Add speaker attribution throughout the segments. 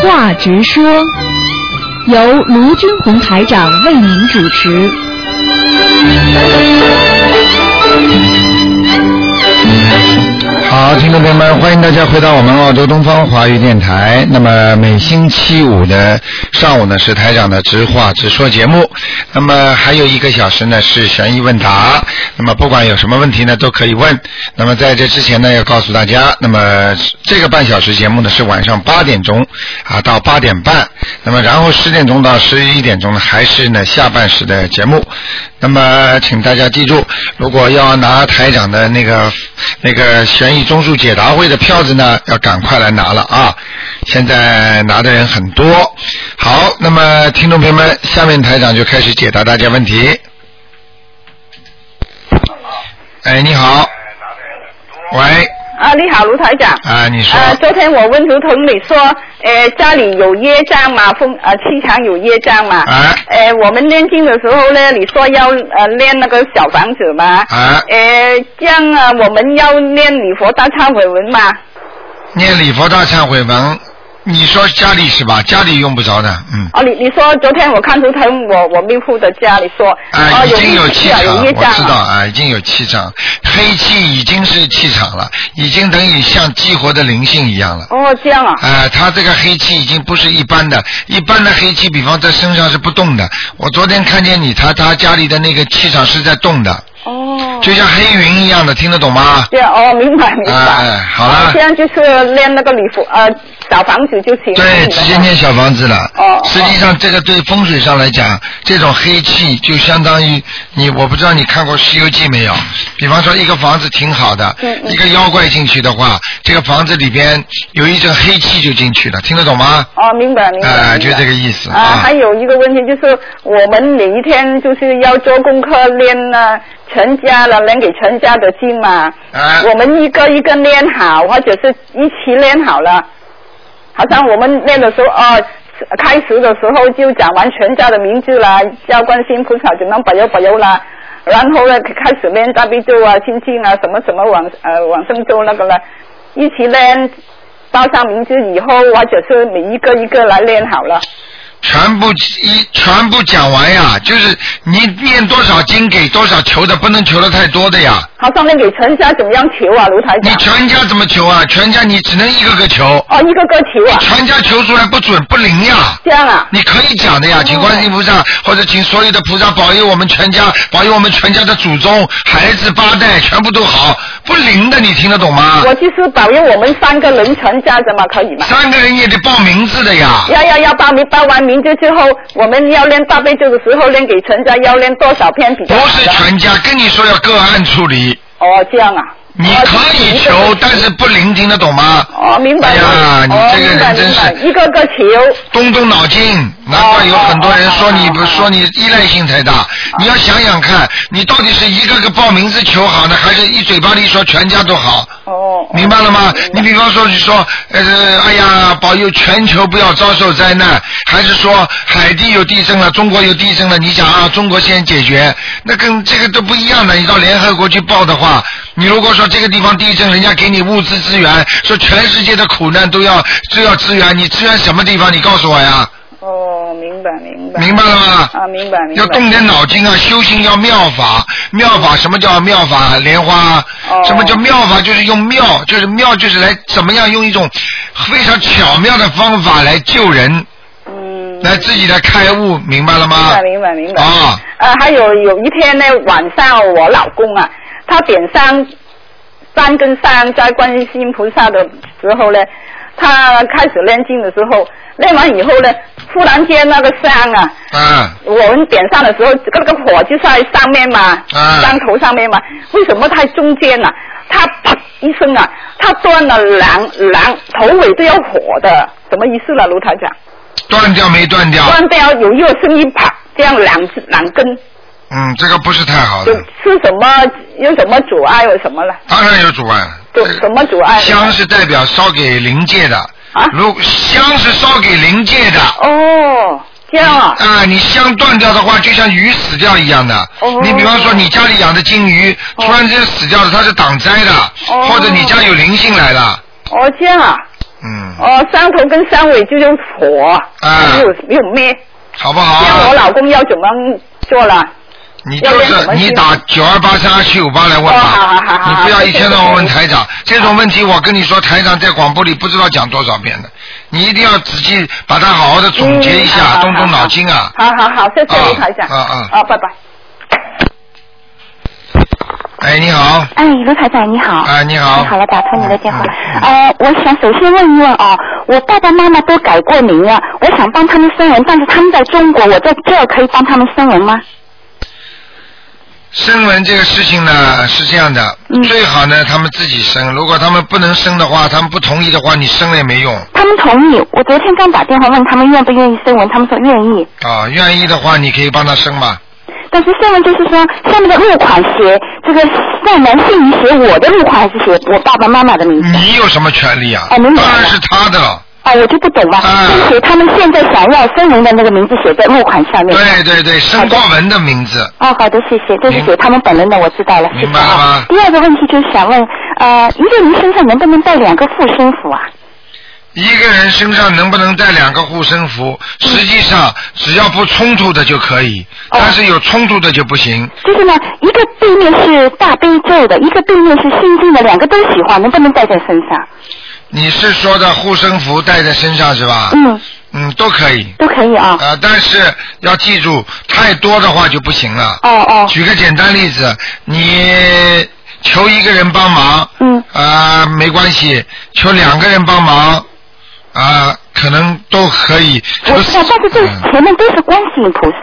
Speaker 1: 话直说，由卢军红台长为您主持。
Speaker 2: 好，听众朋友们，欢迎大家回到我们澳洲东方华语电台。那么每星期五的上午呢是台长的直话直说节目，那么还有一个小时呢是悬疑问答。那么不管有什么问题呢都可以问。那么在这之前呢要告诉大家，那么这个半小时节目呢是晚上八点钟啊到八点半，那么然后十点钟到十一点钟呢还是呢下半时的节目。那么请大家记住，如果要拿台长的那个那个悬疑综述解答会的票子呢，要赶快来拿了啊！现在拿的人很多。好，那么听众朋友们，下面台长就开始解答大家问题。哎，你好。喂。
Speaker 3: 啊，你好，卢台长。
Speaker 2: 啊，你说。
Speaker 3: 啊，昨天我问卢同理说，呃，家里有业障嘛，风呃气场有业障嘛。
Speaker 2: 啊。
Speaker 3: 呃，我们念经的时候呢，你说要呃念那个小房子嘛。
Speaker 2: 啊。
Speaker 3: 呃，这样啊，我们要念礼佛大忏悔文嘛。
Speaker 2: 念礼佛大忏悔文，你说家里是吧？家里用不着的，嗯。
Speaker 3: 哦，你你说昨天我看图腾，我我命妇的家里说，
Speaker 2: 啊，
Speaker 3: 哦
Speaker 2: 已经有气场，
Speaker 3: 有业
Speaker 2: 我
Speaker 3: 障
Speaker 2: 知道
Speaker 3: 了。
Speaker 2: 啊，已经有气场，黑气已经是气场了，已经等于像激活的灵性一样了。
Speaker 3: 哦，这样啊。
Speaker 2: 啊，他这个黑气已经不是一般的，一般的黑气，比方在身上是不动的。我昨天看见你，他他家里的那个气场是在动的，
Speaker 3: 哦。
Speaker 2: 就像黑云一样的，听得懂吗？
Speaker 3: 对哦，明白明白。
Speaker 2: 哎好了
Speaker 3: 哦这样就是练那个礼服呃小房子就行了。
Speaker 2: 对，直接念小房子了。
Speaker 3: 哦
Speaker 2: 实际上，这个对风水上来讲，这种黑气就相当于你，我不知道你看过《西游记》没有？比方说，一个房子挺好的，
Speaker 3: 嗯嗯
Speaker 2: 一个妖怪进去的话，这个房子里边有一阵黑气就进去了，听得懂吗？
Speaker 3: 哦，明白明白。
Speaker 2: 哎
Speaker 3: 明白
Speaker 2: 就这个意思
Speaker 3: 啊
Speaker 2: 啊
Speaker 3: 还有一个问题就是，我们每一天就是要做功课练呢，全家了练给全家的经嘛。
Speaker 2: 啊
Speaker 3: 我们一个一个练好，或者是一起练好了。好像我们练的时候，哦，开始的时候就讲完全家的名字啦，叫观世音菩萨怎么保佑保佑啦。然后呢，开始练大悲咒啊、心经啊，什么什么往呃往生咒那个了，一起练报上名字以后，或者是每一个一个来练好了。
Speaker 2: 全部一全部讲完呀，就是你念多少经给多少求的，不能求的太多的呀。
Speaker 3: 好像练给全家怎么样求啊，卢台
Speaker 2: 你
Speaker 3: 长？
Speaker 2: 全家怎么求啊？全家你只能一个个求，
Speaker 3: 哦，一个个求啊，
Speaker 2: 全家求出来不准不灵呀。
Speaker 3: 这样啊。
Speaker 2: 你可以讲的呀，请观世音菩萨或者请所有的菩萨保佑我们全家，保佑我们全家的祖宗、孩子八代全部都好，不灵的你听得懂吗？
Speaker 3: 我就是保佑我们三个人全家怎么可以吗？
Speaker 2: 三个人也得报名字的呀，
Speaker 3: 要要要报名，报完名字之后，我们要练大悲咒的时候，练给全家要练多少篇比较
Speaker 2: 不
Speaker 3: 好
Speaker 2: 是
Speaker 3: 呢
Speaker 2: 全家，跟你说要个案处理，
Speaker 3: 哦，这样啊。
Speaker 2: 你
Speaker 3: 哦
Speaker 2: 可以求，但是不灵，听得懂吗？
Speaker 3: 哦，明白
Speaker 2: 哎
Speaker 3: 了。
Speaker 2: 呀你
Speaker 3: 哦，
Speaker 2: 这个
Speaker 3: 明白
Speaker 2: 人真
Speaker 3: 明
Speaker 2: 是
Speaker 3: 白，一个个求。
Speaker 2: 动动脑筋，难怪有很多人说你不
Speaker 3: 哦哦哦
Speaker 2: 说你依赖性太大。你要想想看，你到底是一个个报名字求好呢，还是一嘴巴里说全家都好？
Speaker 3: 哦。
Speaker 2: 明白了吗？你
Speaker 3: 明白
Speaker 2: 比方说，你说，呃，哎呀，保佑全球不要遭受灾难，还是说海地有地震了，中国有地震了，你想啊，中国先解决，那跟这个都不一样的。你到联合国去报的话，你如果说这个地方地震，人家给你物资资源，说全世界的苦难都要都要支援，你支援什么地方？你告诉我呀，
Speaker 3: 哦，明白明白。
Speaker 2: 明白了吗？
Speaker 3: 啊，明白明白。
Speaker 2: 要动点脑筋啊，修行要妙法，妙法什么叫妙法？莲花啊
Speaker 3: 哦，
Speaker 2: 什么叫妙法？就是用妙，就是妙，就是来怎么样用一种非常巧妙的方法来救人，
Speaker 3: 嗯。
Speaker 2: 来自己来开悟，明白了
Speaker 3: 明
Speaker 2: 吗
Speaker 3: 白？明白明白。
Speaker 2: 啊，
Speaker 3: 呃，还有有一天呢，晚上我老公啊，他点上三根香在观世音菩萨的时候呢，他开始念经的时候，念完以后呢，忽然间那个香啊，
Speaker 2: 啊，
Speaker 3: 我们点上的时候，这个火就在上面嘛，
Speaker 2: 啊
Speaker 3: 香头上面嘛，为什么在中间呢、他啪一声啊，他断了两两头尾都要火的，什么意思了，卢台长？
Speaker 2: 断掉没断掉？
Speaker 3: 断掉有一个声音啪，这样两两根。
Speaker 2: 嗯，这个不是太好
Speaker 3: 有
Speaker 2: 的，
Speaker 3: 是什么有什么阻碍有什么了？
Speaker 2: 当然有阻碍。呃
Speaker 3: 有什么阻碍？
Speaker 2: 香是代表烧给灵界的，
Speaker 3: 啊
Speaker 2: 如香是烧给灵界的。
Speaker 3: 哦，这样啊，
Speaker 2: 啊，你香断掉的话，就像鱼死掉一样的。
Speaker 3: 哦
Speaker 2: 你比方说，你家里养的金鱼突然之间死掉了，它是挡灾的，
Speaker 3: 哦
Speaker 2: 或者你家有灵性来了，
Speaker 3: 哦这样啊，
Speaker 2: 嗯，
Speaker 3: 哦，三头跟三尾就用火，
Speaker 2: 啊
Speaker 3: 没有没有咩。
Speaker 2: 好不
Speaker 3: 这
Speaker 2: 好
Speaker 3: 样我
Speaker 2: 啊？
Speaker 3: 老公要怎么做了？
Speaker 2: 你就是你打九二八三二七五八来问
Speaker 3: 哦好好
Speaker 2: 吧，
Speaker 3: 好好
Speaker 2: 你不要一天到晚问台长
Speaker 3: 谢谢
Speaker 2: 这种问题。我跟你说，台长在广播里不知道讲多少遍了，你一定要仔细把它好好的总结一
Speaker 3: 嗯好
Speaker 2: 下，
Speaker 3: 好
Speaker 2: 动动
Speaker 3: 好
Speaker 2: 脑筋啊。
Speaker 3: 好好好，谢谢你台长。
Speaker 2: 啊啊
Speaker 3: 啊，拜拜。
Speaker 2: 哎，你好，
Speaker 4: 哎，卢台长你好。
Speaker 2: 哎，你好，
Speaker 4: 你好了，打通你的电话
Speaker 2: 嗯。嗯
Speaker 4: 呃，我想首先问一问哦，我爸爸妈妈都改过名了，我想帮他们生人，但是他们在中国，我在这儿可以帮他们生人吗？
Speaker 2: 生文这个事情呢是这样的，
Speaker 4: 嗯
Speaker 2: 最好呢他们自己生，如果他们不能生的话，他们不同意的话，你生了也没用
Speaker 4: 他们同意。我昨天刚打电话问他们愿不愿意生人，他们说愿意。
Speaker 2: 啊。愿意的话，你可以帮他生嘛。
Speaker 4: 但是生人就是说，下面的募款写这个善男信女写我的募款，还是写我爸爸妈妈的名字？
Speaker 2: 你有什么权利啊？
Speaker 4: 哎嗯明白
Speaker 2: 当然
Speaker 4: 了
Speaker 2: 是他的了。
Speaker 4: 啊，我就不懂了，
Speaker 2: 啊
Speaker 4: 就写他们现在想要生人的那个名字写在募款下面。
Speaker 2: 对对对，申过文的名字，
Speaker 4: 哦，好的，谢谢，这是
Speaker 2: 明
Speaker 4: 给他们本人的，我知道了，谢
Speaker 2: 明
Speaker 4: 谢
Speaker 2: 白了吗
Speaker 4: 啊。第二个问题就是想问，呃，一个人身上能不能带两个护身符啊？
Speaker 2: 一个人身上能不能带两个护身符？实际上只要不冲突的就可以，
Speaker 4: 嗯哦
Speaker 2: 但是有冲突的就不行。
Speaker 4: 就是呢，一个背面是大悲咒的，一个背面是心经的，两个都喜欢，能不能带在身上？
Speaker 2: 你是说的护身符带在身上是吧？
Speaker 4: 嗯，
Speaker 2: 嗯，都可以。
Speaker 4: 都可以啊。
Speaker 2: 啊，但是要记住，太多的话就不行了。
Speaker 4: 哦哦，
Speaker 2: 举个简单例子，你求一个人帮忙，
Speaker 4: 嗯，
Speaker 2: 啊，没关系，求两个人帮忙，啊，可能都可以。
Speaker 4: 我知道，但是这
Speaker 2: 嗯
Speaker 4: 前面都是观世音菩萨。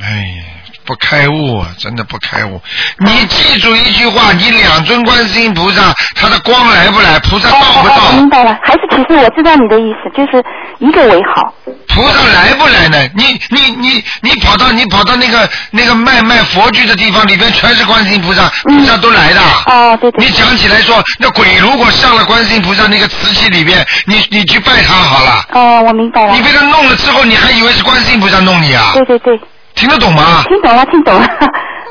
Speaker 2: 哎呀，不开悟啊，真的不开悟。你记住一句话，你两尊观世音菩萨，他的光来不来，菩萨
Speaker 4: 哦
Speaker 2: 到
Speaker 4: 哦
Speaker 2: 不
Speaker 4: 哦，明
Speaker 2: 到，
Speaker 4: 白了。还是其实我知道你的意思，就是一个为好。
Speaker 2: 菩萨来不来呢？你你你你跑到你跑到那个那个卖卖佛具的地方，里边全是观世音菩萨，菩萨都来的。
Speaker 4: 哦，对对
Speaker 2: 你。讲起来说，那鬼如果上了观世音菩萨那个瓷器里边，你你去拜他好了，
Speaker 4: 哦，我明白了
Speaker 2: 你。被他弄了之后，你还以为是观世音菩萨弄你啊？
Speaker 4: 对对对。
Speaker 2: 听得懂吗？
Speaker 4: 听懂了，听懂了。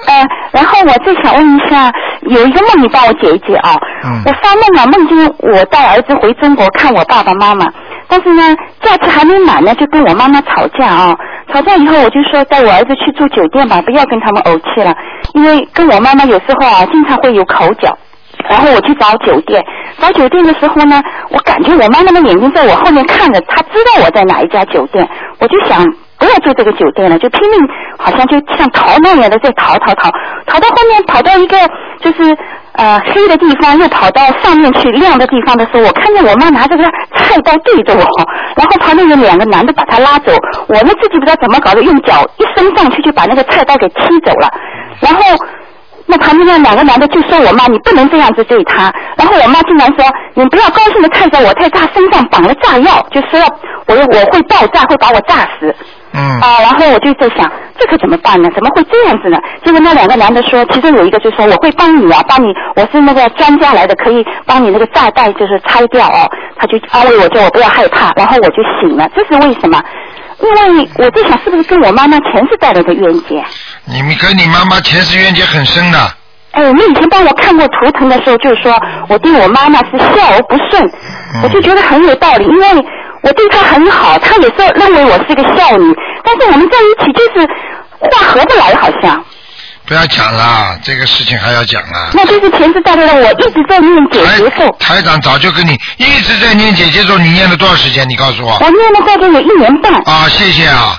Speaker 4: 呃，然后我最想问一下，有一个梦你帮我解一解啊。
Speaker 2: 嗯
Speaker 4: 我发梦啊，梦见我带儿子回中国看我爸爸妈妈，但是呢，假期还没满呢，就跟我妈妈吵架啊。吵架以后，我就说带我儿子去住酒店吧，不要跟他们怄气了，因为跟我妈妈有时候啊，经常会有口角。然后我去找酒店，找酒店的时候呢，我感觉我妈妈的眼睛在我后面看着，她知道我在哪一家酒店，我就想不要住这个酒店了，就拼命好像就像逃难一样的在逃逃逃，逃到后面跑到一个就是呃黑的地方，又跑到上面去亮的地方的时候，我看见我妈拿着个菜刀对着我，然后旁边有两个男的把她拉走，我呢自己不知道怎么搞的，用脚一伸上去就把那个菜刀给踢走了，然后。那旁边那两个男的就说我妈，你不能这样子对她。然后我妈竟然说，你不要高兴的看着我，在她身上绑了炸药，就说要我我会爆炸，会把我炸死。
Speaker 2: 嗯，
Speaker 4: 啊，然后我就在想，这可怎么办呢？怎么会这样子呢？结果那两个男的说，其中有一个就说我会帮你啊，帮你，我是那个专家来的，可以帮你那个炸弹就是拆掉哦。他就安慰我说我不要害怕，然后我就醒了。这是为什么？因为我在想，是不是跟我妈妈前世带来的冤结？
Speaker 2: 你们跟你妈妈前世冤结很深的，
Speaker 4: 哎，你以前帮我看过图腾的时候，就说我对我妈妈是孝而不顺，
Speaker 2: 嗯
Speaker 4: 我就觉得很有道理，因为我对她很好，她也是认为我是个孝女，但是我们在一起就是话合不来，好像，
Speaker 2: 不要讲了，这个事情还要讲啊。
Speaker 4: 那就是前世带来的，我一直在念解
Speaker 2: 台
Speaker 4: 结咒，
Speaker 2: 台长早就跟你一直在念姐姐咒，你念了多少时间？你告诉我。
Speaker 4: 我念了大概有一年半，
Speaker 2: 啊，谢谢啊。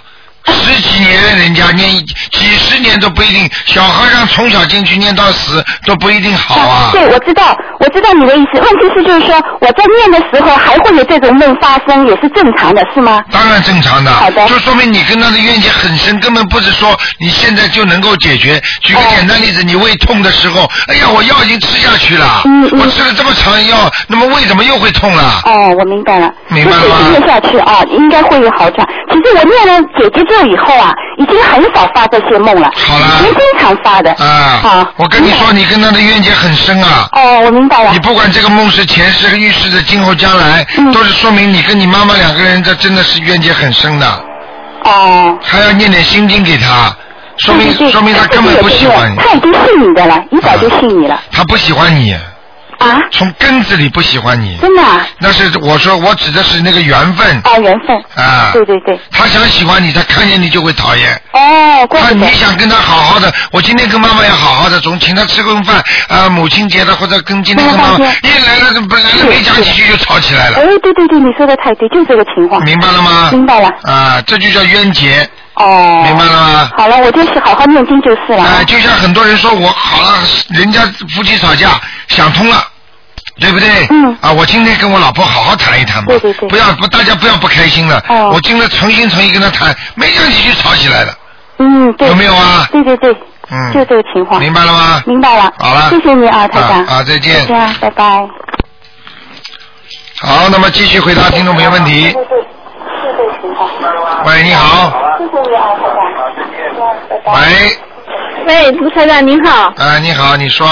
Speaker 2: 十几年，人家念一几十年都不一定，小和尚从小进去念到死都不一定好啊。
Speaker 4: 对，我知道，我知道你的意思。问题是就是说，我在念的时候还会有这种梦发生，也是正常的，是吗？
Speaker 2: 当然正常的
Speaker 4: 好，的
Speaker 2: 就说明你跟他的冤结很深，根本不是说你现在就能够解决。举个
Speaker 4: 哦
Speaker 2: 简单例子，你胃痛的时候，哎呀，我药已经吃下去了，
Speaker 4: 嗯嗯
Speaker 2: 我吃了这么长药，那么胃怎么又会痛啊了？
Speaker 4: 哦，我明白了，
Speaker 2: 明白了
Speaker 4: 就是
Speaker 2: 吗
Speaker 4: 念下去啊，应该会有好转。其实我念了姐姐咒以后啊，已经很少发这些梦了，
Speaker 2: 好了
Speaker 4: 以前经常发的。
Speaker 2: 啊
Speaker 4: 哦好，
Speaker 2: 我跟你说，
Speaker 4: 明
Speaker 2: 你跟他的冤结很深啊。
Speaker 4: 白了。哦，我明白了
Speaker 2: 你。不管这个梦是前世、预示着今后将来，
Speaker 4: 嗯
Speaker 2: 都是说明你跟你妈妈两个人这真的是冤结很深的，
Speaker 4: 哦。
Speaker 2: 还要念点心经给他，说明
Speaker 4: 对对对
Speaker 2: 说明他根本不喜欢你，
Speaker 4: 他已经信你的了，一早就信你了。
Speaker 2: 他不喜欢你，
Speaker 5: 啊，
Speaker 2: 从根子里不喜欢你。
Speaker 5: 真的啊，
Speaker 2: 那是我说，我指的是那个缘分
Speaker 5: 啊缘分，
Speaker 2: 啊。
Speaker 5: 对对对，
Speaker 2: 他想喜欢你，他看见你就会讨厌。
Speaker 5: 哦，怪
Speaker 2: 他
Speaker 5: 不
Speaker 2: 你
Speaker 5: 得，
Speaker 2: 想跟他好好的，我今天跟妈妈要好好的，总请他吃顿饭啊、母亲节的或者跟今天跟妈妈
Speaker 5: 那个
Speaker 2: 一来了，这本来了没讲几句就吵起来
Speaker 5: 哎
Speaker 2: 了，，
Speaker 5: 对对对，你说的太对，就这个情况，
Speaker 2: 明白了吗？
Speaker 5: 明白了，
Speaker 2: 啊，这就叫冤结，
Speaker 5: 哦，
Speaker 2: 明白了吗？
Speaker 5: 好了，我就是好好念经就是了。
Speaker 2: 啊，就像很多人说我好了，人家夫妻吵架想通了。对不对？
Speaker 5: 嗯
Speaker 2: 啊，我今天跟我老婆好好谈一谈吧。
Speaker 5: 对对对
Speaker 2: 不要不，大家不要不开心了。
Speaker 5: 哦
Speaker 2: 我今天诚心诚意跟他谈，没讲几句吵起来了。
Speaker 5: 嗯，对。
Speaker 2: 有没有啊
Speaker 5: 对对对，
Speaker 2: 嗯。
Speaker 5: 就这个情况。
Speaker 2: 明白了吗？
Speaker 5: 明白了。
Speaker 2: 好了
Speaker 5: 谢谢你啊，台长。
Speaker 2: 啊啊再见
Speaker 5: 再见啊，拜拜。
Speaker 2: 好，那么继续回答听众朋友问题。喂，你好。喂，
Speaker 4: 喂，卢台长您好，
Speaker 2: 啊，你好，你说，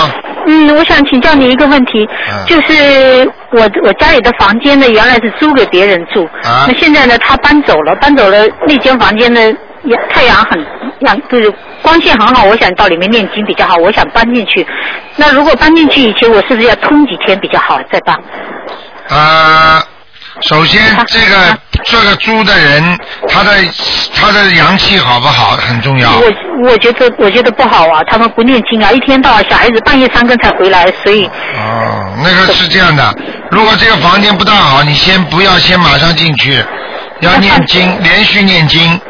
Speaker 4: 嗯，我想请教你一个问题，
Speaker 2: 嗯
Speaker 4: 就是我我家里的房间呢，原来是租给别人住，
Speaker 2: 啊
Speaker 4: 那现在呢他搬走了，搬走了那间房间呢阳太阳很阳就是光线很好，我想到里面念经比较好，我想搬进去。那如果搬进去以前，我是不是要通几天比较好再搬？
Speaker 2: 啊，首先
Speaker 4: 啊
Speaker 2: 这个
Speaker 4: 啊
Speaker 2: 这个租的人，他的他的阳气好不好很重要。
Speaker 4: 我我觉得我觉得不好啊，他们不念经啊，一天到晚小孩子半夜三更才回来，所以
Speaker 2: 哦，那个是这样的，如果这个房间不大好，你先不要先马上进去，要念经，连续念经，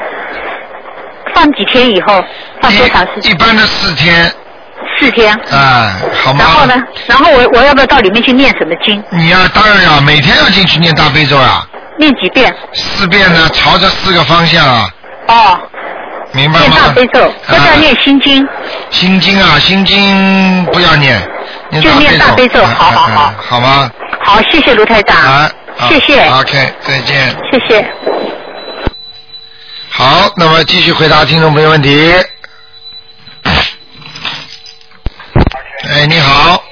Speaker 4: 放几天以后，放多长时
Speaker 2: 一
Speaker 4: 间
Speaker 2: 一？般的四天，
Speaker 4: 四天。
Speaker 2: 啊，好吗？
Speaker 4: 然后呢？然后我我要不要到里面去念什么经？
Speaker 2: 你要当然要每天要进去念大悲咒啊，
Speaker 4: 念几遍？
Speaker 2: 四遍呢，朝着四个方向啊，
Speaker 4: 哦，
Speaker 2: 明白
Speaker 4: 念
Speaker 2: 吗？
Speaker 4: 大悲咒，
Speaker 2: 啊
Speaker 4: 不是要念心经。
Speaker 2: 心经啊，心经不要念，念
Speaker 4: 就念大悲咒
Speaker 2: 啊
Speaker 4: 好好
Speaker 2: 啊啊好吗？
Speaker 4: 好，谢谢卢台长，
Speaker 2: 啊，啊
Speaker 4: 谢谢，
Speaker 2: OK，再见。
Speaker 4: 谢谢。
Speaker 2: 好，那么继续回答听众朋友问题。哎，你好，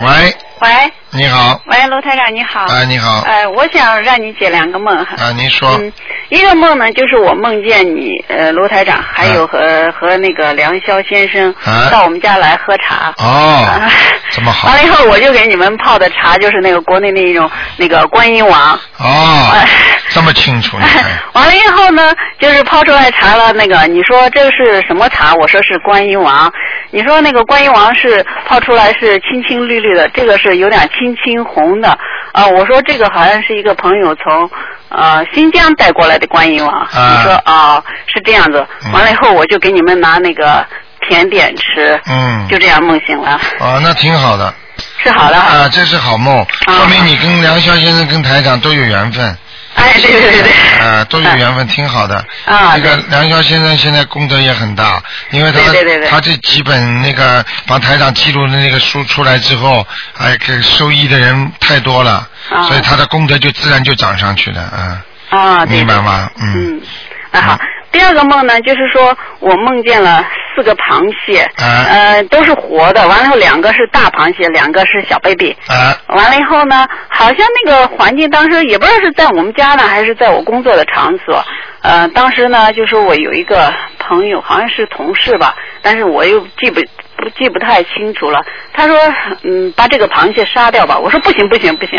Speaker 2: 喂，
Speaker 3: 喂
Speaker 2: 你好，
Speaker 3: 喂，卢台长你好。
Speaker 2: 哎，你好，
Speaker 3: 呃，我想让你解两个梦哈。
Speaker 2: 啊，您说，
Speaker 3: 嗯，一个梦呢，就是我梦见你，呃，卢台长，还有和、和那个梁霄先生、
Speaker 2: 啊
Speaker 3: 到我们家来喝茶。
Speaker 2: 哦
Speaker 3: 啊，
Speaker 2: 这么好
Speaker 4: 呃
Speaker 3: 完，了以后，我就给你们泡的茶，就是那个国内那一种那个观音王。
Speaker 2: 哦
Speaker 3: 哎，
Speaker 2: 这么清楚，你 看。
Speaker 3: 完了以后呢，就是泡出来茶了。那个你说这是什么茶？我说是观音王。你说那个观音王是泡出来是青青绿绿的，这个是有点青青红的。啊，我说这个好像是一个朋友从呃新疆带过来的观音王。
Speaker 2: 啊
Speaker 3: 你说哦是这样子
Speaker 2: 嗯。
Speaker 3: 完了以后我就给你们拿那个甜点吃，
Speaker 2: 嗯
Speaker 3: 就这样梦醒了，
Speaker 2: 哦，那挺好的
Speaker 3: 吃好了哈。
Speaker 2: 啊，这是好梦，说明你跟梁霄先生跟台长都有缘分
Speaker 3: 哎，对对对对。
Speaker 2: 啊，都有缘分，挺好的。
Speaker 3: 啊
Speaker 2: 这个梁霄先生现在功德也很大，因为他
Speaker 3: 对对对对
Speaker 2: 他这几本那个把台长记录的那个书出来之后，哎，给受益的人太多了，
Speaker 3: 啊
Speaker 2: 所以他的功德就自然就涨上去了啊，
Speaker 3: 啊，对对
Speaker 2: 明白吗？嗯
Speaker 3: 嗯，那好。第二个梦呢，就是说我梦见了四个螃蟹，
Speaker 2: 啊
Speaker 3: 呃，都是活的，完了以后两个是大螃蟹，两个是小 baby。
Speaker 2: 啊
Speaker 3: 完了以后呢，好像那个环境当时也不知道是在我们家呢，还是在我工作的场所。呃，当时呢，就说我有一个朋友，好像是同事吧，但是我又记不不记不太清楚了。他说，嗯，把这个螃蟹杀掉吧。我说不行不行不行。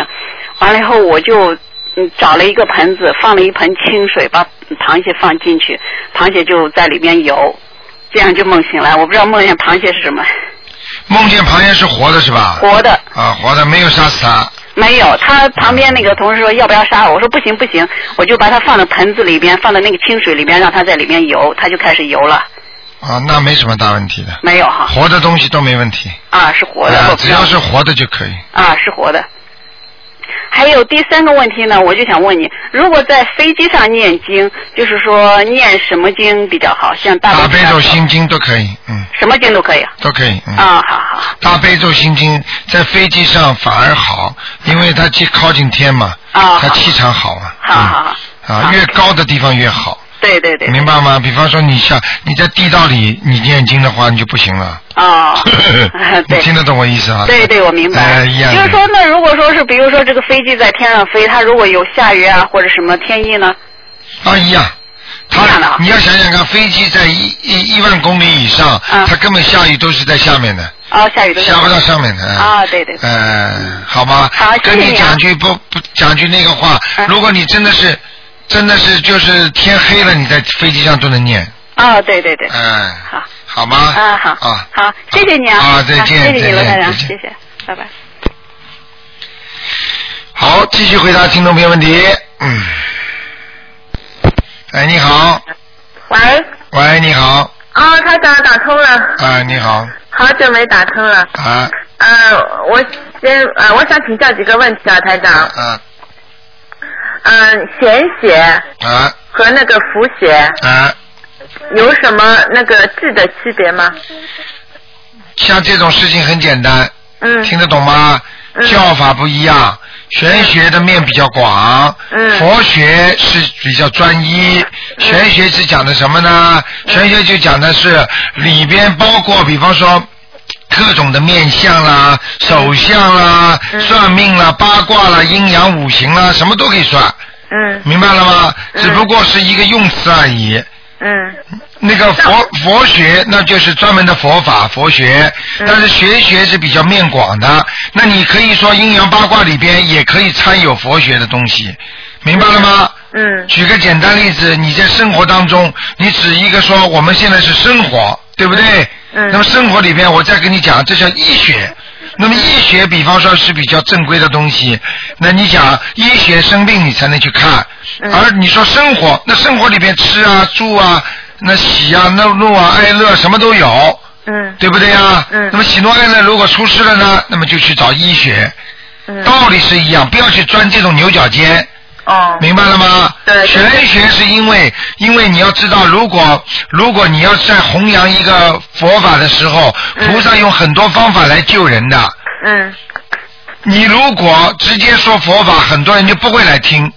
Speaker 3: 完了以后我就嗯找了一个盆子，放了一盆清水，把螃蟹放进去，螃蟹就在里面游，这样就梦醒来。我不知道梦见螃蟹是什么，
Speaker 2: 梦见螃蟹是活的是吧？
Speaker 3: 活的。
Speaker 2: 啊，活的没有杀死他。
Speaker 3: 没有，他旁边那个同事说要不要杀我？我说不行不行，我就把它放到盆子里边，放到那个清水里边，让它在里面游，它就开始游了。
Speaker 2: 啊，那没什么大问题的，
Speaker 3: 没有哈，
Speaker 2: 活的东西都没问题。
Speaker 3: 啊是活的，
Speaker 2: 啊
Speaker 3: 我不
Speaker 2: 只
Speaker 3: 知道
Speaker 2: 要是活的就可以。
Speaker 3: 啊是活的。还有第三个问题呢，我就想问你，如果在飞机上念经，就是说念什么经比较好？像大
Speaker 2: 大悲咒、
Speaker 3: 经，
Speaker 2: 心经都可以，嗯，
Speaker 3: 什么经都可以。
Speaker 2: 都可以，嗯。
Speaker 3: 啊，好好
Speaker 2: 大悲咒心经在飞机上反而好，因为它既靠近天嘛，
Speaker 3: 啊
Speaker 2: 它气场好嘛，
Speaker 3: 好好好，
Speaker 2: 嗯啊，越高的地方越好，
Speaker 3: 对对对，
Speaker 2: 明白吗？比方说你像你在地道里你念经的话，你就不行了，，
Speaker 3: 啊
Speaker 2: 你
Speaker 3: 对。
Speaker 2: 听得懂我意思啊？
Speaker 3: 对对，我明白。
Speaker 2: 哎一样的
Speaker 3: 就是说，那如果说是，比如说这个飞机在天上飞，它如果有下雨啊，或者什么天意呢？
Speaker 2: 啊一样，它
Speaker 6: 这样的啊
Speaker 2: 你要想想看，飞机在一一一万公里以上，
Speaker 6: 嗯
Speaker 2: 它根本下雨都是在下面的，
Speaker 6: 哦，下雨的时
Speaker 2: 下
Speaker 6: 候
Speaker 2: 不到上面的。嗯
Speaker 6: 啊，对对对，
Speaker 2: 嗯，好吗？
Speaker 6: 好谢谢
Speaker 2: 跟
Speaker 6: 你啊
Speaker 2: 讲句不不讲句那个话，
Speaker 6: 嗯
Speaker 2: 如果你真的是真的是就是天黑了，你在飞机上都能念，
Speaker 3: 哦
Speaker 6: 啊，对对对，
Speaker 2: 嗯，
Speaker 6: 好，
Speaker 2: 好吗？
Speaker 6: 啊好，
Speaker 2: 啊，
Speaker 6: 好，谢谢你啊，
Speaker 2: 啊，再见，
Speaker 6: 谢谢
Speaker 2: 再
Speaker 6: 你罗台
Speaker 2: 见，
Speaker 6: 长，
Speaker 2: 再
Speaker 6: 谢
Speaker 2: 见。
Speaker 6: 谢，拜拜。
Speaker 2: 好，继续回答听众朋友问题。嗯，哎，你好，
Speaker 7: 喂，
Speaker 2: 喂，你好，
Speaker 7: 哦，台长打通了，
Speaker 2: 啊，你好，
Speaker 7: 好久没打通了。
Speaker 2: 啊，
Speaker 7: 呃，我先呃，我想请教几个问题啊，台长。
Speaker 2: 啊，
Speaker 7: 嗯、显血
Speaker 2: 啊，
Speaker 7: 和那个浮血
Speaker 2: 啊，
Speaker 7: 有什么那个质的区别吗？
Speaker 2: 像这种事情很简单，
Speaker 7: 嗯
Speaker 2: 听得懂吗？
Speaker 7: 嗯
Speaker 2: 叫法不一样，玄学的面比较广，
Speaker 7: 嗯
Speaker 2: 佛学是比较专一，玄学是讲的什么呢？
Speaker 7: 嗯
Speaker 2: 玄学就讲的是里边包括，比方说。各种的面相啦、
Speaker 7: 嗯
Speaker 2: 手相啦、算命啦、八卦啦、阴阳五行啦，什么都可以算，
Speaker 7: 嗯
Speaker 2: 明白了吗？
Speaker 7: 嗯
Speaker 2: 只不过是一个用词而已。
Speaker 7: 嗯
Speaker 2: 那个佛佛学，那就是专门的佛法佛学，
Speaker 7: 嗯
Speaker 2: 但是学学是比较面广的。那你可以说阴阳八卦里边也可以掺有佛学的东西，明白了吗？
Speaker 7: 嗯
Speaker 2: 举个简单例子，你在生活当中，你指一个说我们现在是生活，对不对？
Speaker 7: 嗯
Speaker 2: 那么生活里边，我再跟你讲，这叫医学。那么医学，比方说是比较正规的东西，那你讲医学生病你才能去看，
Speaker 7: 嗯
Speaker 2: 而你说生活，那生活里边吃啊、住啊、那喜啊、那怒啊、哀乐什么都有，
Speaker 7: 嗯
Speaker 2: 对不对啊？
Speaker 7: 嗯
Speaker 2: 那么喜怒哀乐如果出事了呢，那么就去找医学，
Speaker 7: 嗯。
Speaker 2: 道理是一样，不要去钻这种牛角尖。
Speaker 7: 哦。
Speaker 2: 明白了吗？
Speaker 7: 对对
Speaker 2: 玄学是因为，因为你要知道，如果如果你要在弘扬一个佛法的时候，
Speaker 7: 嗯
Speaker 2: 菩萨用很多方法来救人的。
Speaker 7: 嗯
Speaker 2: 你如果直接说佛法，很多人就不会来听，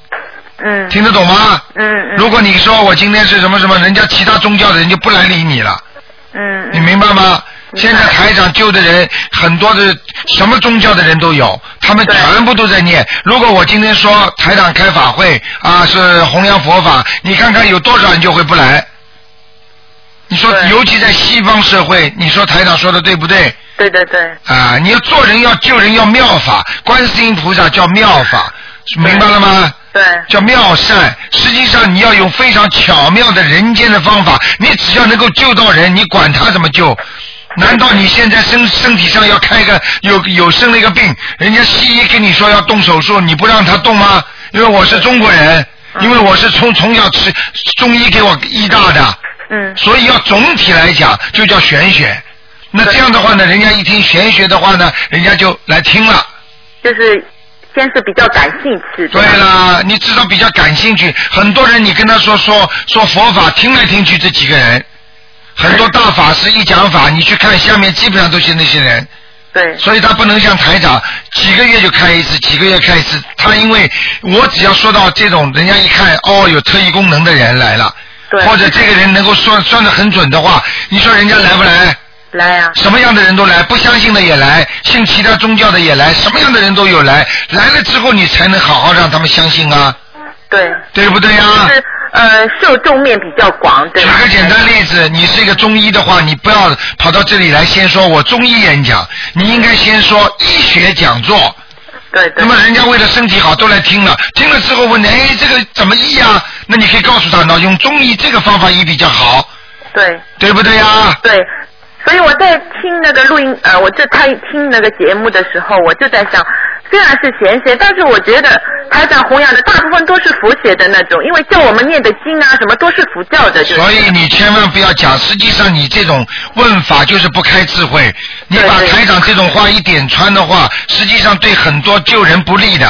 Speaker 7: 嗯
Speaker 2: 听得懂吗？
Speaker 7: 嗯
Speaker 2: 如果你说我今天是什么什么，人家其他宗教的人就不来理你了，
Speaker 7: 嗯
Speaker 2: 你明白吗？现在台长救的人很多的，什么宗教的人都有，他们
Speaker 7: 对
Speaker 2: 全部都在念。如果我今天说台长开法会啊，是弘扬佛法，你看看有多少人就会不来。你说，
Speaker 7: 对
Speaker 2: 尤其在西方社会，你说台长说的对不对？
Speaker 7: 对对对
Speaker 2: 啊，你要做人要救人要妙法，观世音菩萨叫妙法，明白了吗？
Speaker 7: 对
Speaker 2: 叫妙善，实际上你要用非常巧妙的人间的方法，你只要能够救到人，你管他怎么救？难道你现在身身体上要开个有有生了一个病，人家西医跟你说要动手术，你不让他动吗？因为我是中国人，因为我是从从小吃中医给我医大的，
Speaker 7: 嗯
Speaker 2: 所以要总体来讲就叫玄学。那这样的话呢，人家一听玄学的话呢，人家就来听了。
Speaker 7: 就是先是比较感兴趣
Speaker 2: 对啦，你至少比较感兴趣。很多人你跟他说说说佛法，听来听去这几个人，很多大法师一讲法，你去看下面基本上都是那些人，
Speaker 7: 对
Speaker 2: 所以他不能像台长几个月就开一次，几个月开一次。他因为我只要说到这种，人家一看哦，有特异功能的人来了，
Speaker 7: 对
Speaker 2: 或者这个人能够算算得很准的话，你说人家来不来？
Speaker 7: 来呀
Speaker 2: 什么样的人都来，不相信的也来，信其他宗教的也来，什么样的人都有来。来了之后，你才能好好让他们相信啊，
Speaker 7: 对。
Speaker 2: 对不对
Speaker 7: 就
Speaker 2: 啊？
Speaker 7: 是呃受众面比较广，对
Speaker 2: 举
Speaker 7: 吧？
Speaker 2: 个简单例子，你是一个中医的话，你不要跑到这里来先说我中医演讲，你应该先说医学讲座。
Speaker 7: 对对
Speaker 2: 那么人家为了身体好都来听了，听了之后问你，哎，这个怎么医啊？那你可以告诉他呢，用中医这个方法医比较好，
Speaker 7: 对
Speaker 2: 对不对啊？
Speaker 7: 对。所以我在听那个录音，呃，我就在听那个节目的时候，我就在想，虽然是玄学，但是我觉得台长弘扬的大部分都是佛学的那种，因为叫我们念的经啊，什么都是佛教的，就是
Speaker 2: 所以你千万不要讲，实际上你这种问法就是不开智慧。你
Speaker 7: 对
Speaker 2: 把
Speaker 7: 对
Speaker 2: 台长这种话一点穿的话，实际上对很多救人不利的。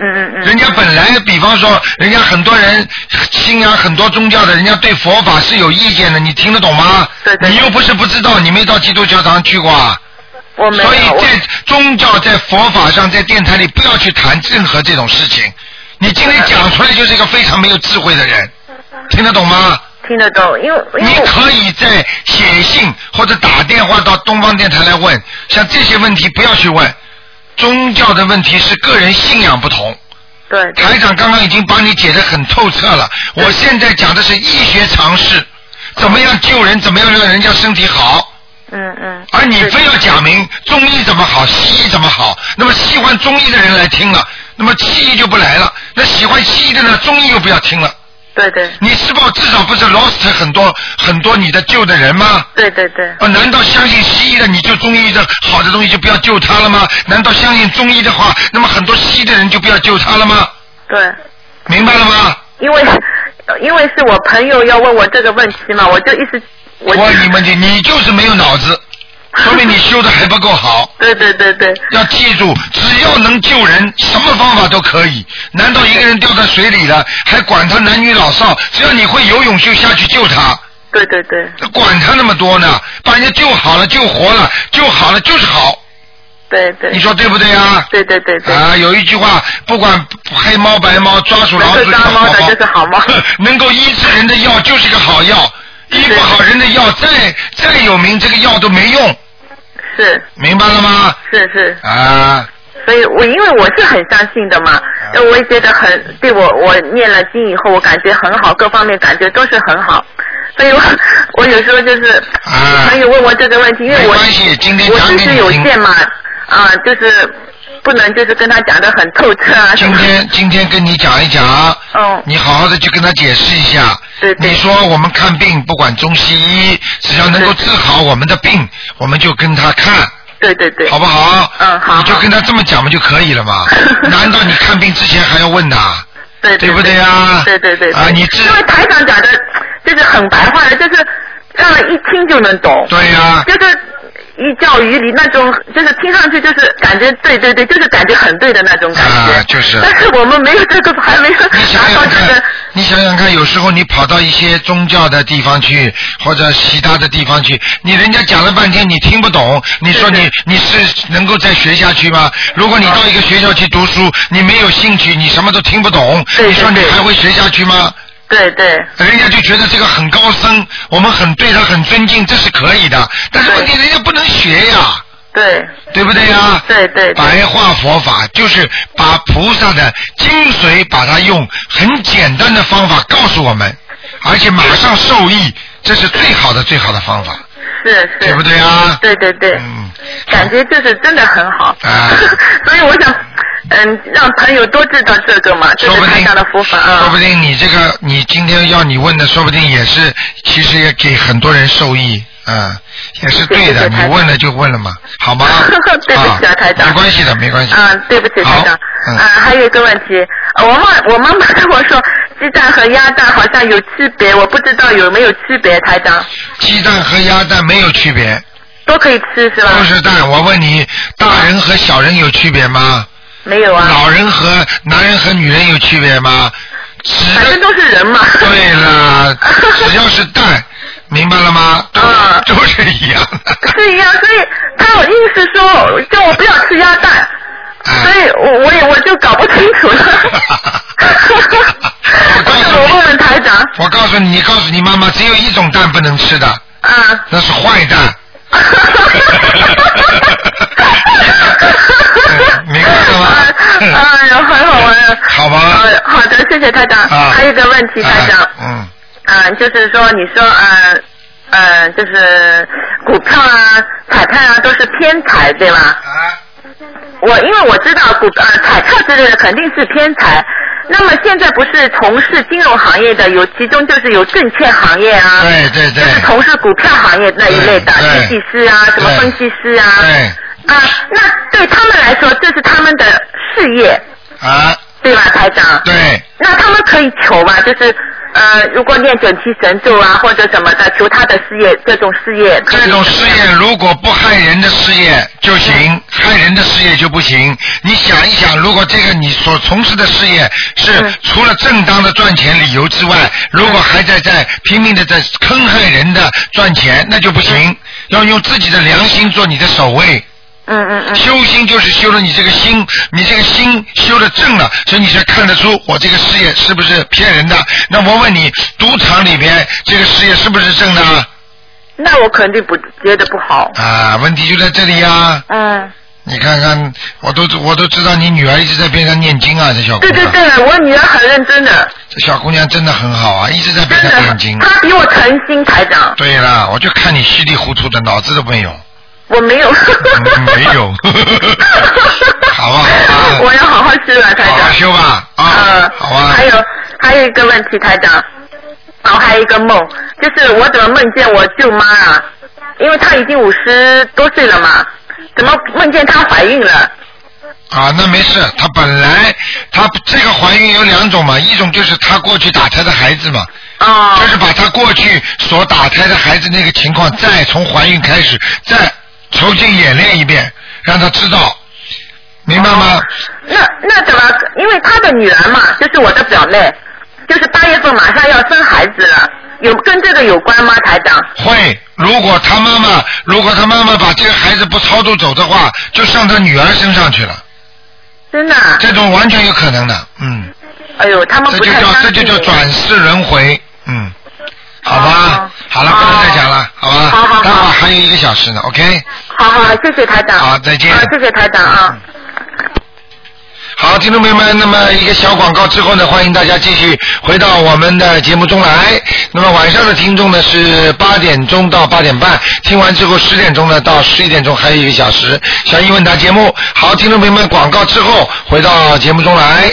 Speaker 7: 嗯嗯嗯，
Speaker 2: 人家本来，比方说，人家很多人信仰很多宗教的，人家对佛法是有意见的，你听得懂吗？
Speaker 7: 对对
Speaker 2: 你又不是不知道，你没到基督教堂去过啊。
Speaker 7: 我没有，
Speaker 2: 所以
Speaker 7: 我
Speaker 2: 在宗教、在佛法上、在电台里，不要去谈任何这种事情。你今天讲出来就是一个非常没有智慧的人，
Speaker 7: 嗯
Speaker 2: 听得懂吗？
Speaker 7: 听得懂，因为因
Speaker 2: 你
Speaker 7: 为我
Speaker 2: 可以在写信或者打电话到东方电台来问，像这些问题不要去问。宗教的问题是个人信仰不同，
Speaker 7: 对，
Speaker 2: 台长刚刚已经帮你解得很透彻了，我现在讲的是医学常识，怎么样救人，怎么样让人家身体好。
Speaker 7: 嗯嗯，
Speaker 2: 而你非要讲明中医怎么好，西医怎么好，那么喜欢中医的人来听了，那么西医就不来了。那喜欢西医的呢，中医又不要听了。
Speaker 7: 对对
Speaker 2: 你是否至少不是 lost 很多很多你的救的人吗？
Speaker 7: 对对对，
Speaker 2: 啊，难道相信西医的你就中医的好的东西就不要救他了吗？难道相信中医的话，那么很多西医的人就不要救他了吗？
Speaker 7: 对，
Speaker 2: 明白了吗？
Speaker 7: 因为因为是我朋友要问我这个问题嘛，我就一直我
Speaker 2: 我你们的你就是没有脑 子，说明你修的还不够好。
Speaker 7: 对对对对
Speaker 2: 要记住，只要能救人，什么方法都可以。难道一个人掉在水里了，还管他男女老少？只要你会游泳，就下去救他，
Speaker 7: 对对对
Speaker 2: 管他那么多呢？把人家救好了，救活了，救好了就是好，
Speaker 7: 对对，
Speaker 2: 你说对不对啊？
Speaker 7: 对对对对，
Speaker 2: 啊，有一句话，不管黑猫白猫，抓住老鼠
Speaker 7: 能够抓猫的就是好猫
Speaker 2: 能够医治人的药就是个好药，医不好人的药再再有名，这个药都没用，
Speaker 7: 是
Speaker 2: 明白了吗？
Speaker 7: 是是，
Speaker 2: 啊，
Speaker 7: 所以我因为我是很相信的嘛，呃我也觉得很对我我念了经以后，我感觉很好，各方面感觉都是很好，所以我 我有时候就是
Speaker 2: 啊
Speaker 7: 朋友问我这个问题，因为
Speaker 2: 没
Speaker 7: 我
Speaker 2: 关系今天
Speaker 7: 我
Speaker 2: 讲
Speaker 7: 知
Speaker 2: 给
Speaker 7: 识
Speaker 2: 你
Speaker 7: 有
Speaker 2: 听
Speaker 7: 限嘛，啊，就是不能就是跟他讲的很透彻啊什
Speaker 2: 今
Speaker 7: 么，
Speaker 2: 天今天跟你讲一讲，
Speaker 7: 嗯
Speaker 2: 你好好的去跟他解释一下。
Speaker 7: 对对
Speaker 2: 你说我们看病不管中西医，只要能够治好我们的病，我们就跟他看。
Speaker 7: 对对对，
Speaker 2: 好不好？
Speaker 7: 嗯好
Speaker 2: 你就跟他这么讲不就可以了 嘛？难道你看病之前还要问呐？
Speaker 7: 对对
Speaker 2: 对不对啊
Speaker 7: 对对对对
Speaker 2: 啊你知
Speaker 7: 因为台长讲的就是很白话的，就是让人一听就能懂，
Speaker 2: 对啊呀、
Speaker 7: 就是。寓教于理那种，就是听上去就是感觉对对对，就是感觉很对的那种感觉。
Speaker 2: 啊就是
Speaker 7: 但是我们没有这个，还没有
Speaker 2: 你想
Speaker 7: 拿到
Speaker 2: 想
Speaker 7: 这
Speaker 2: 看
Speaker 7: 个。，
Speaker 2: 你想想看，有时候你跑到一些宗教的地方去，或者其他的地方去，你人家讲了半天你听不懂，你说你你是能够再学下去吗？如果你到一个学校去读书，你没有兴趣，你什么都听不懂，
Speaker 7: 对对
Speaker 2: 你说你
Speaker 7: 对
Speaker 2: 还会学下去吗？
Speaker 7: 对对
Speaker 2: 人家就觉得这个很高深，我们很对他很尊敬，这是可以的。但是问题人家不能学呀，
Speaker 7: 对
Speaker 2: 对不对呀？
Speaker 7: 对对对
Speaker 2: 白话佛法就是把菩萨的精髓，把它用很简单的方法告诉我们，而且马上受益，这是最好的最好的方法，
Speaker 7: 是是。
Speaker 2: 对不对啊？
Speaker 7: 对对对
Speaker 2: 嗯，
Speaker 7: 感觉就是真的很好。
Speaker 2: 啊
Speaker 7: 所以我想，嗯，让朋友多知道这个嘛，这
Speaker 2: 说
Speaker 7: 是
Speaker 2: 不
Speaker 7: 台
Speaker 2: 定
Speaker 7: 上的佛法啊。
Speaker 2: 说不定你这个你今天要你问的，说不定也是其实也给很多人受益，嗯，也是对的。
Speaker 7: 谢谢
Speaker 2: 你
Speaker 7: 台长？
Speaker 2: 问了就问了嘛，好吗
Speaker 7: 对不起啊台长
Speaker 2: 没关系的，没关系。
Speaker 7: 嗯，对不起，台长
Speaker 2: 好。嗯
Speaker 7: 啊，还有一个问题，呃我妈我妈妈跟我说，鸡蛋和鸭蛋好像有区别，我不知道有没有区别，台长。
Speaker 2: 鸡蛋和鸭蛋没有区别，
Speaker 7: 都可以吃是吧？
Speaker 2: 都是蛋。我问你，大人和小人有区别吗？
Speaker 7: 没有啊，
Speaker 2: 老人和男人和女人有区别吗？只
Speaker 7: 反正都是人嘛。
Speaker 2: 对了，只要是蛋，明白了吗？都
Speaker 7: 嗯
Speaker 2: 都是一样 的。
Speaker 7: 是一样，所以他有意思说叫我不要吃鸭蛋，
Speaker 2: 哎
Speaker 7: 所以我我也我就搞不清楚了。
Speaker 2: 我告诉你
Speaker 7: 我问问台长，
Speaker 2: 我告诉你，你告诉你妈妈，只有一种蛋不能吃的，
Speaker 7: 啊，
Speaker 2: 那是坏蛋。嗯明白 了吗
Speaker 7: 啊啊，有很好玩啊。
Speaker 2: 好吧
Speaker 7: 呃好的，谢谢台长。
Speaker 2: 啊，
Speaker 7: 还有一个问题，台长
Speaker 2: 啊，嗯，
Speaker 7: 嗯，就是说，你说，嗯，嗯，就是股票啊、彩票啊，都是偏财，对吧？
Speaker 2: 啊，
Speaker 7: 我因为我知道股呃彩票之类的肯定是偏财，那么现在不是从事金融行业的有，其中就是有证券行业啊，
Speaker 2: 对对对
Speaker 7: 就是从事股票行业那一类的
Speaker 2: 对对
Speaker 7: 经济师啊，什么
Speaker 2: 对
Speaker 7: 分析师啊，
Speaker 2: 对
Speaker 7: 啊，那对他们来说这是他们的事业，
Speaker 2: 啊，
Speaker 7: 对吧，台长？
Speaker 2: 对，
Speaker 7: 那他们可以求吗？就是呃，如果念准提神咒啊，或者什么的，求他的事业，这种事业可以，
Speaker 2: 这种事业如果不害人的事业就行，害人的事业就不行。你想一想，如果这个你所从事的事业是
Speaker 7: 嗯
Speaker 2: 除了正当的赚钱理由之外，如果还在在拼命的在坑害人的赚钱，那就不行。要用自己的良心做你的守卫。
Speaker 7: 嗯嗯嗯，
Speaker 2: 修心就是修了你这个心，你这个心修的正了，所以你才看得出我这个事业是不是骗人的。那我问你，赌场里边这个事业是不是正的啊？
Speaker 7: 那我肯定不觉得不好，
Speaker 2: 啊，问题就在这里呀、
Speaker 7: 嗯，
Speaker 2: 你看看，我都我都知道你女儿一直在边上念经啊，这小姑
Speaker 7: 对对
Speaker 2: 娘，
Speaker 7: 对，我女儿很认真的，
Speaker 2: 这小姑娘真的很好啊，一直在边
Speaker 7: 真
Speaker 2: 上念经
Speaker 7: 的，。她比我诚心，台长，
Speaker 2: 对啦，我就看你稀里糊涂的，脑子都没有。
Speaker 7: 我没有，
Speaker 2: 嗯没有 好吧好吧
Speaker 7: 我要好好修了，台
Speaker 2: 好
Speaker 7: 长
Speaker 2: 好。修吧，啊，
Speaker 7: 呃
Speaker 2: 好啊。
Speaker 7: 还有还有一个问题，台长，哦，还有一个梦，就是我怎么梦见我舅妈啊？因为她已经五十多岁了嘛，怎么梦见她怀孕了？
Speaker 2: 啊，那没事，她本来她这个怀孕有两种嘛，一种就是她过去打胎的孩子嘛，
Speaker 7: 哦
Speaker 2: 就是把她过去所打胎的孩子那个情
Speaker 7: 嗯
Speaker 2: 况，再从怀孕开始再重新演练一遍，让她知道，明白
Speaker 7: 哦
Speaker 2: 吗？
Speaker 7: 那那怎么？因为她的女儿嘛，就是我的表妹，就是八月份马上要生孩子了，有跟这个有关吗，台长？
Speaker 2: 会，如果她妈妈，如果她妈妈把这个孩子不超度走的话，就上她女儿身上去了，
Speaker 7: 真的啊？
Speaker 2: 这种完全有可能的，嗯。
Speaker 7: 哎呦，他们
Speaker 2: 这
Speaker 7: 不
Speaker 2: 就
Speaker 7: 太
Speaker 2: 叫
Speaker 7: 相
Speaker 2: 这
Speaker 7: 信。
Speaker 2: 就叫转世轮回，嗯，好吧
Speaker 7: 哦，
Speaker 2: 好了，不能再讲了，好
Speaker 7: 好好
Speaker 2: 吧
Speaker 7: 好，
Speaker 2: 待会儿还有一个小时呢，OK，
Speaker 7: 好好，谢谢台长。
Speaker 2: 好再见
Speaker 7: 啊，谢谢台长啊。
Speaker 2: 好，听众朋友们，那么一个小广告之后呢，欢迎大家继续回到我们的节目中来。那么晚上的听众呢是八点钟到八点半，听完之后十点钟呢到十一点钟还有一个小时，小英问答节目。好，听众朋友们，广告之后回到节目中来。